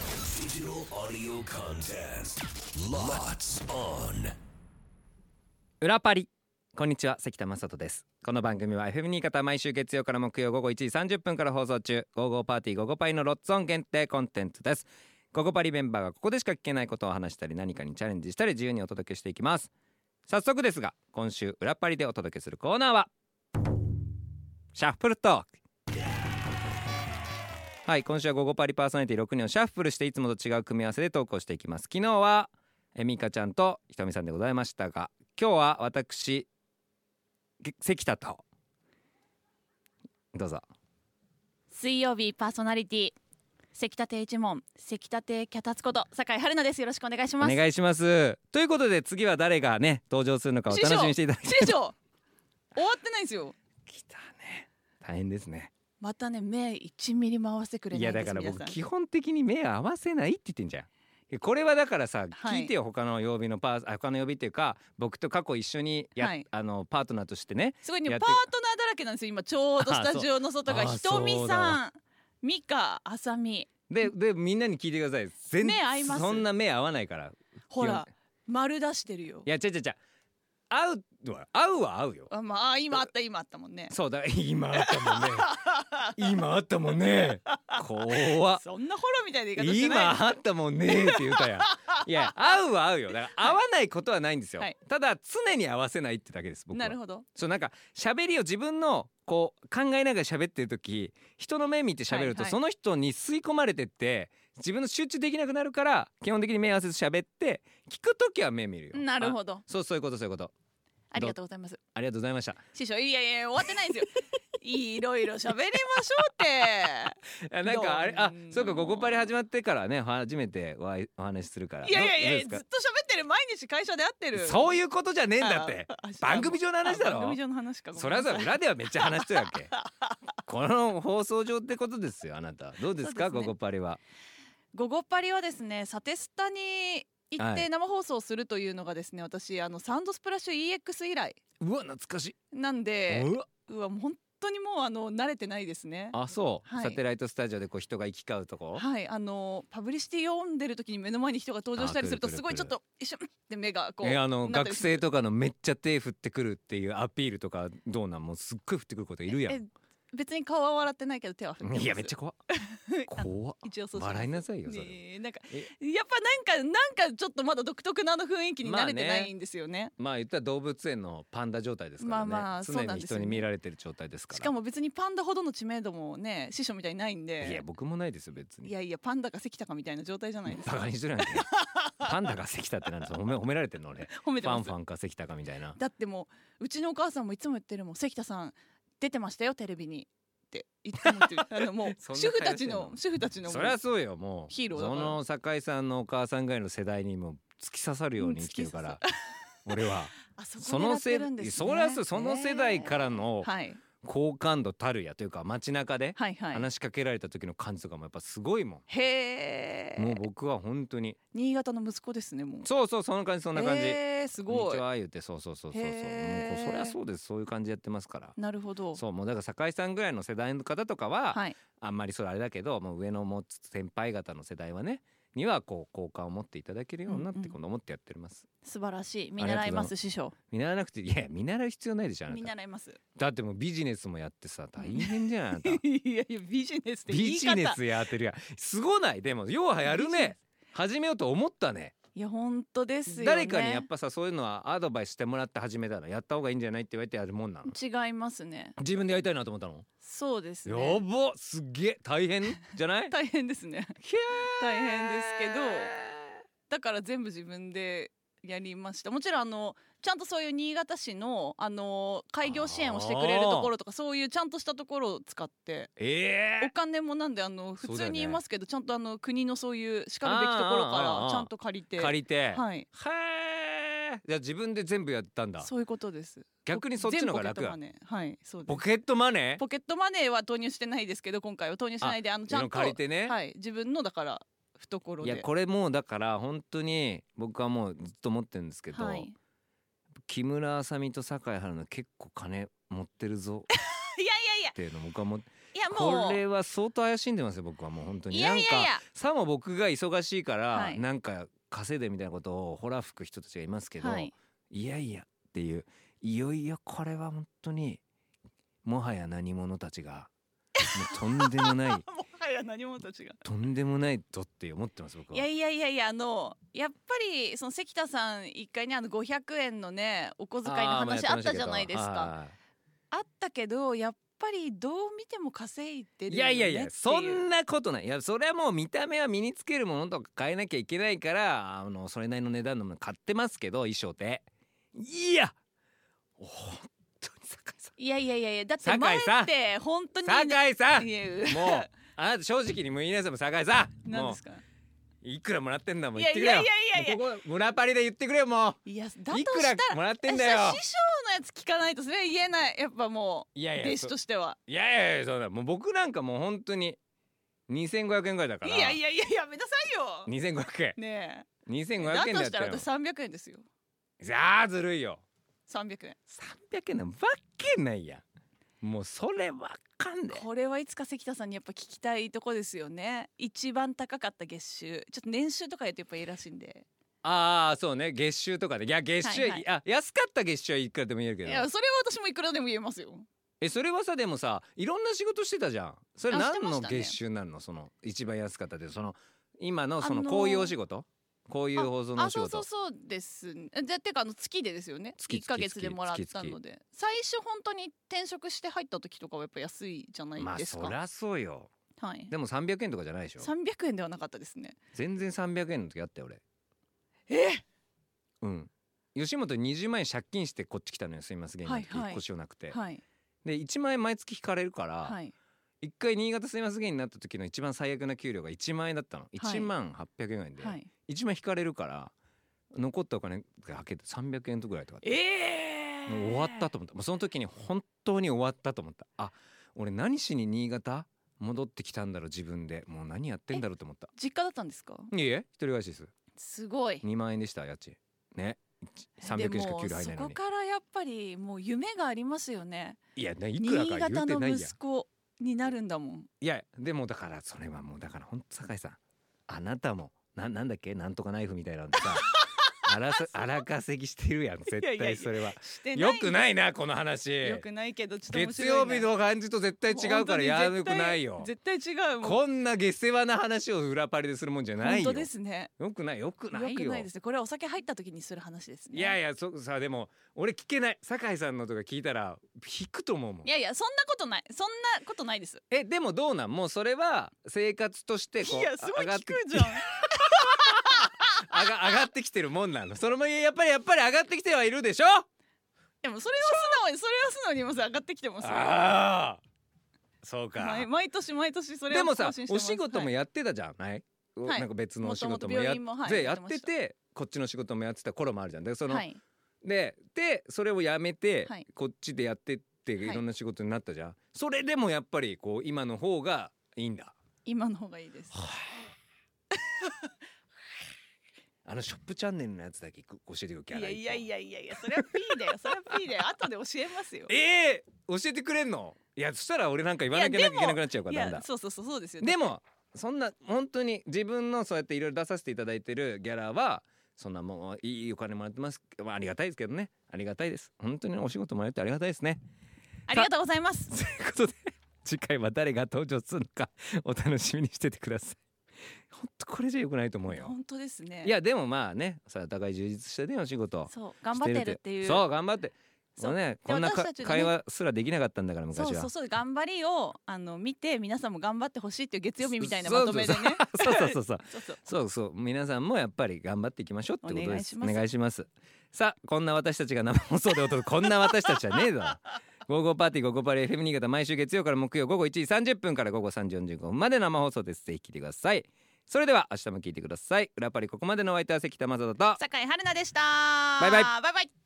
Digital audio contest. Lots on. 裏パリこんにちは関田正人ですこの番組は FM 新潟毎週月曜から木曜午後1時30分から放送中「午後パーティー午後パイ」のロッツオン限定コンテンツです午後パリメンバーがここでしか聞けないことを話したり何かにチャレンジしたり自由にお届けしていきます早速ですが今週裏パリでお届けするコーナーはシャッフルトークはい今週は「午後パリパーソナリティ6人をシャッフルしていつもと違う組み合わせで投稿していきます昨日はえみかちゃんとひとみさんでございましたが今日は私げ関田とどうぞ水曜日パーソナリティ関立一門関立脚立こと酒井春菜ですよろしくお願いしおます願いしますということで次は誰がね登場するのかお楽しみにしていただき師匠終わってないんですよ来たね大変ですねまたね目1ミリも合わせてくれいなやいでだすから皆さ僕ん基本的に目合わせないって言ってんじゃんえこれはだからさ、はい聞いてよ他の曜日のパーあ他の曜日っていうか僕と過去一緒にや、はいあのパートナーとしてねすごいねパやっーてトナーだらけなんですよ今ちょうどスタジオの外があそうひあとそみうださわん美香あさみででみんなに聞いてください全目合いますそんな目合わないからほら丸出してるよいや違う違う違う合うは合うは合うよあまあ今あった今あったもんねそうだ今あった もんね今あったもんね怖っそんなホロみたいな言い方してない今あったもんねって言うたやんいや合うは合うよだから合わないことはないんですよ、はいただ常に合わせないってだけです僕はなるほどそうなんか喋りを自分のこう考えながら喋ってる時人の目見て喋ると、はいはいその人に吸い込まれてって自分の集中できなくなるから基本的に目合わせず喋って聞く時は目見るよなるどほどそうそういうことそういうことありがとうございますありがとうございました師匠いやいや終わってないんで すよいろいろ喋りましょあなんかあれあどうもそうか「ここパリ」始まってからね初めてお会いお話しするからうっていやいやいやずどっとどう喋ってる毎日会社で会ってでるすかそういうことじゃねえんだってああ 番組上の話だあ番ろ組上の話かごめんそりゃさ裏ではめっちゃ話してる わけこの放送上ってことですよあなたどうですかそうですねここパリは午後パリはですねサテスタに行っはてい生放送するというのがですね、私あのサウンドスプラッシュ EX 以来うわ懐かしい、なんでうわうわもう本当にもうあの慣れてないですねあそう、はいサテライトスタジオでこう人が行き交うとこはいあのパブリシティ読んでる時に目の前に人が登場したりするとあ来るすごい来ちょるっと一瞬って目がこうえあのなったり学する生とかのめっちゃ手振ってくるっていうアピールとかどうなんもうすっごい振ってくることいるやんえ別に顔は笑ってないけど手は振ってますいやめっちゃ 怖っ怖っ一応そうします笑いなさいよそれ、ねえなんかえやっぱなんかなんかちょっとまだ独特なあの雰囲気に慣れてないんですよね,、まあ言ったら動物園のパンダ状態ですからね、まあまあそう常なんにですよ人ねに見られてる状態ですからしかも別にパンダほどの知名度もね師匠みたいにないんでいや僕もないですよ別いにやいやパンダか関田かみたいな状態じゃないですバかカにしてるやんけパンダが関田ってなんですよ褒 め褒められてるの俺褒めてファまンすファンか関田かみたいなだってもううちのお母さんもいつも言ってるもん関田さん出てましたよテレビにって言ってもらってるあのも うそんな主婦た会話してちんのの主婦たちのもうそりゃそうよもうヒーローだかそらの酒井さんのお母さんぐらいの世代にもう突き刺さるように生きてるから、俺 はあそそこ狙のって世るんです、ね、そりゃそうその世代からのはい好感度たるやというか街中ではいはい話しかけられた時の感じとかもやっぱすごいもへん、もうえ僕は本当に新潟の息子ですねもうそうそうその感じそんな感じ、えー、すこんにごちいは言ってそうそうそうそうそうもうこへうーそりゃそうですそういう感じやってますからなるほどそうもうだから酒井さんぐらいの世代の方とかは、はいあんまりそれあれだけどもう上のもう先輩方の世代はねにはこう好感を持っていただけるようになっうんてうん今度思ってやっております、素晴らしい見ありがとご習いうざいまます師匠見習わなくていや見習う必要ないでしょあな見た習いますだってもうビジネスもやってさ大変じゃんあなた いやいやビジネスって言ビいジ方ネスやってるやんすごないでも要はやるビジネね始めようと思ったねスいや本当ですよね誰かにやっぱさそういうのはアドバイスしてもらって始めたのやった方がいいんじゃないって言われてやるもんなの違いますね自分でやりたいなと思ったのそうですやねばすっげえ大 変じゃない大変ですねひゃ大ー変ですけどだから全部自分でやりましたもちろんあのちゃんとそういう新潟市のあの開業支援をしてくれるところとかそういうちゃんとしたところを使ってええお金もなんであの普そうだ通よねに言いますけど、ちゃんとあの国のそういうしかるべきとこあーあーろあかーらちゃんと借りて借りてはいへえじゃあ自分で全部やったんだそういうことです逆にそっちの方が楽全ポやケットマネーはいそうでポすケットマネーポケットマネーは投入してないですけど今回は投入しないであのちゃ自分んのと借りてね、はい自分のだから懐い、でやこれもうだから本当に僕はもうずっと思ってるんですけど、はい、いやい木村あさみと酒井春菜結構金持ってるぞっやいやていうの僕はもういやもこうれは相当怪しんでますよ僕はもう本当にいやいやいなんかやさも僕が忙しいから、はいなんか稼いでみたいなことをほら吹く人たちがいますけど、はいい、やいやっていういよいよこれは本当にもはや何者たちが もうとんでもないもはや何者たちがとんでもないぞって思ってます僕はいやいやいやいやあのやっぱりその関田さん一回にあの500円のねお小遣いのーまや話てあまっしたたけじどゃないですかはあったけどやっぱりどう見ても稼いでいるいよやねいやいっやてそいうんなことないいやそれはもう見た目は身につけるものとか変えなきゃいけないからあのそれなりの値段のもの買ってますけど衣装でいや本当に酒井さいやいやいやいやだって酒前井さんって本当にん酒井さんいやもうあなた正直にもう言いなさいもう酒井さんなんもですかういくらもらってんだもうい言やってくいれやよいやいやいやもうここ村パリで言ってくれよもいやだとしたうらいくらもらってんだよえ師匠のやつ聞かないとそれは言えないやっぱもいやういや弟そ子としてはいやいやいやそうだもう僕なんかもう本当に2500円ぐらいだかいらやいやいややめなさいよ2500円ねえだ2500円とだっしたたらよ私300円ですよじゃあずるいよ300円300円なわけないやんもうそれわかんねえこれはいつか関田さんにやっぱ聞きたいとこですよね一番高かった月収ちょっと年収とか言うとやっぱいいらしいんでああそうね月収とかでいや月収、はいはいあ安かった月収はいくらでも言えるいけどやそれは私もいくらでも言えますよえそれはさでもさいろんな仕事してたじゃんそれあ何してまのしたね月収なのその一番安かったでその今のそあののーこういうお仕事こういう放送のおあ仕そう事そうそうですねじゃてかあの月でですよね月一月ヶ月でもらった月ので最初本当に転職して入った時とかはやっぱ安いじゃないまあですそりか、ゃそうよはいでも300円とかじゃないでしょ300円ではなかったですね全然300円の時あったよ俺えうん吉本に20万円借金してこっち来たのよすいません芸人の時はいはい引っ越しをなくて、はいで1万円毎月引かれるから、はい一回新潟すいません芸人になった時の一番最悪な給料が1万円だったのはい1万800円ぐらいで、はい1万引かれるから残ったお金がはけて300円とぐらいとかええもう終わったと思ったもうその時に本当に終わったと思ったあ俺何しに新潟戻ってきたんだろう自分でもう何やってんだろうと思った実家だったんですかいいえ一人暮らしですすごい2万円でした家賃ね300円しか給料入らないのでもそこにからやっぱりもう夢がありますよねいやねいくら新か言潟うてのないや息子になるんだもんいやでもだからそれはもうだからほんと酒井さんあなたもななんだっけなんとかナイフみたいなの さ荒さ荒稼ぎしてるやん絶いやいやい対やそれはしてないよくないなこの話よくないけどちょっと面月白いな曜日の感じと絶対違うからやるくないよ絶対絶対違うもんこんな下世話な話を裏パリでするもんじゃない本よ当ですねよくないよくないよよくないですねこれはお酒入った時にする話ですねいやいややそさでも俺聞けない酒井さんのとか聞いたら引くと思うもんいやいやそんなことないそんなことないですえでもどうなんもうそれは生活としてこういやすごい上がっ聞てくじゃん上が上がってきてるもんなのそのまやっぱりやっぱり上がってきてはいるでしょでもそれは素直にそれは素直に今さ上がってきてますよああそうか、毎毎年毎年それではもさ更新しておます仕事もやってたじゃない、はいなんか別のお仕事ももともやとっ病院もはいでややっってまてしてこっちの仕事もやってた頃もあるじゃんでその、はいはいででそれをやめて、はいこっちでやってっていはいろんな仕事になったじゃん、それでもやっぱりこう今の方がいいんだ今の方がいいですあのショップチャンネルのやつだけこ教えてよいキャやラいやいやいやいやそれは P だよそれは P だよ後で教えますよええ教えてくれんのいやそしたら俺なんか言わなきゃいやいでけもなくなっちゃうかいらだんだやんそうそうそうそうですよでもそんな本当に自分のそうやっていろいろ出させていただいてるギャラはそんなもういいお金もらってます、まあ、ありがたいですけどねありがたいです本当にお仕事もらえてありがたいですねありがとうございます ということで次回は誰が登場するのかお楽しみにしててください本当これじゃ良くないと思うよ本当ですねいやでもまあねさお互い充実してねお仕事そう頑張ってるっていうそう頑張ってそもううねでこんな私かたちのね会話すらできなかったんだから昔はそうそうそう頑張りをあの見て皆さんも頑張ってほしいっていう月曜日みたいなまとめでね そうそうそうそうそう そうそうそう皆さんもやっぱり頑張っていきましょうってことですお願いしますますさあこんな私たちが生放送でお届けこんな私たちじゃねえだ ろ午後パーティー午後パレ FM 新潟毎週月曜から木曜午後1時30分から午後3時45分まで生放送ですぜひ聞いてくださいそれでは明日も聞いてください裏パリここまでのお相手は関田正人と酒井春奈でしたバイバイバイバイ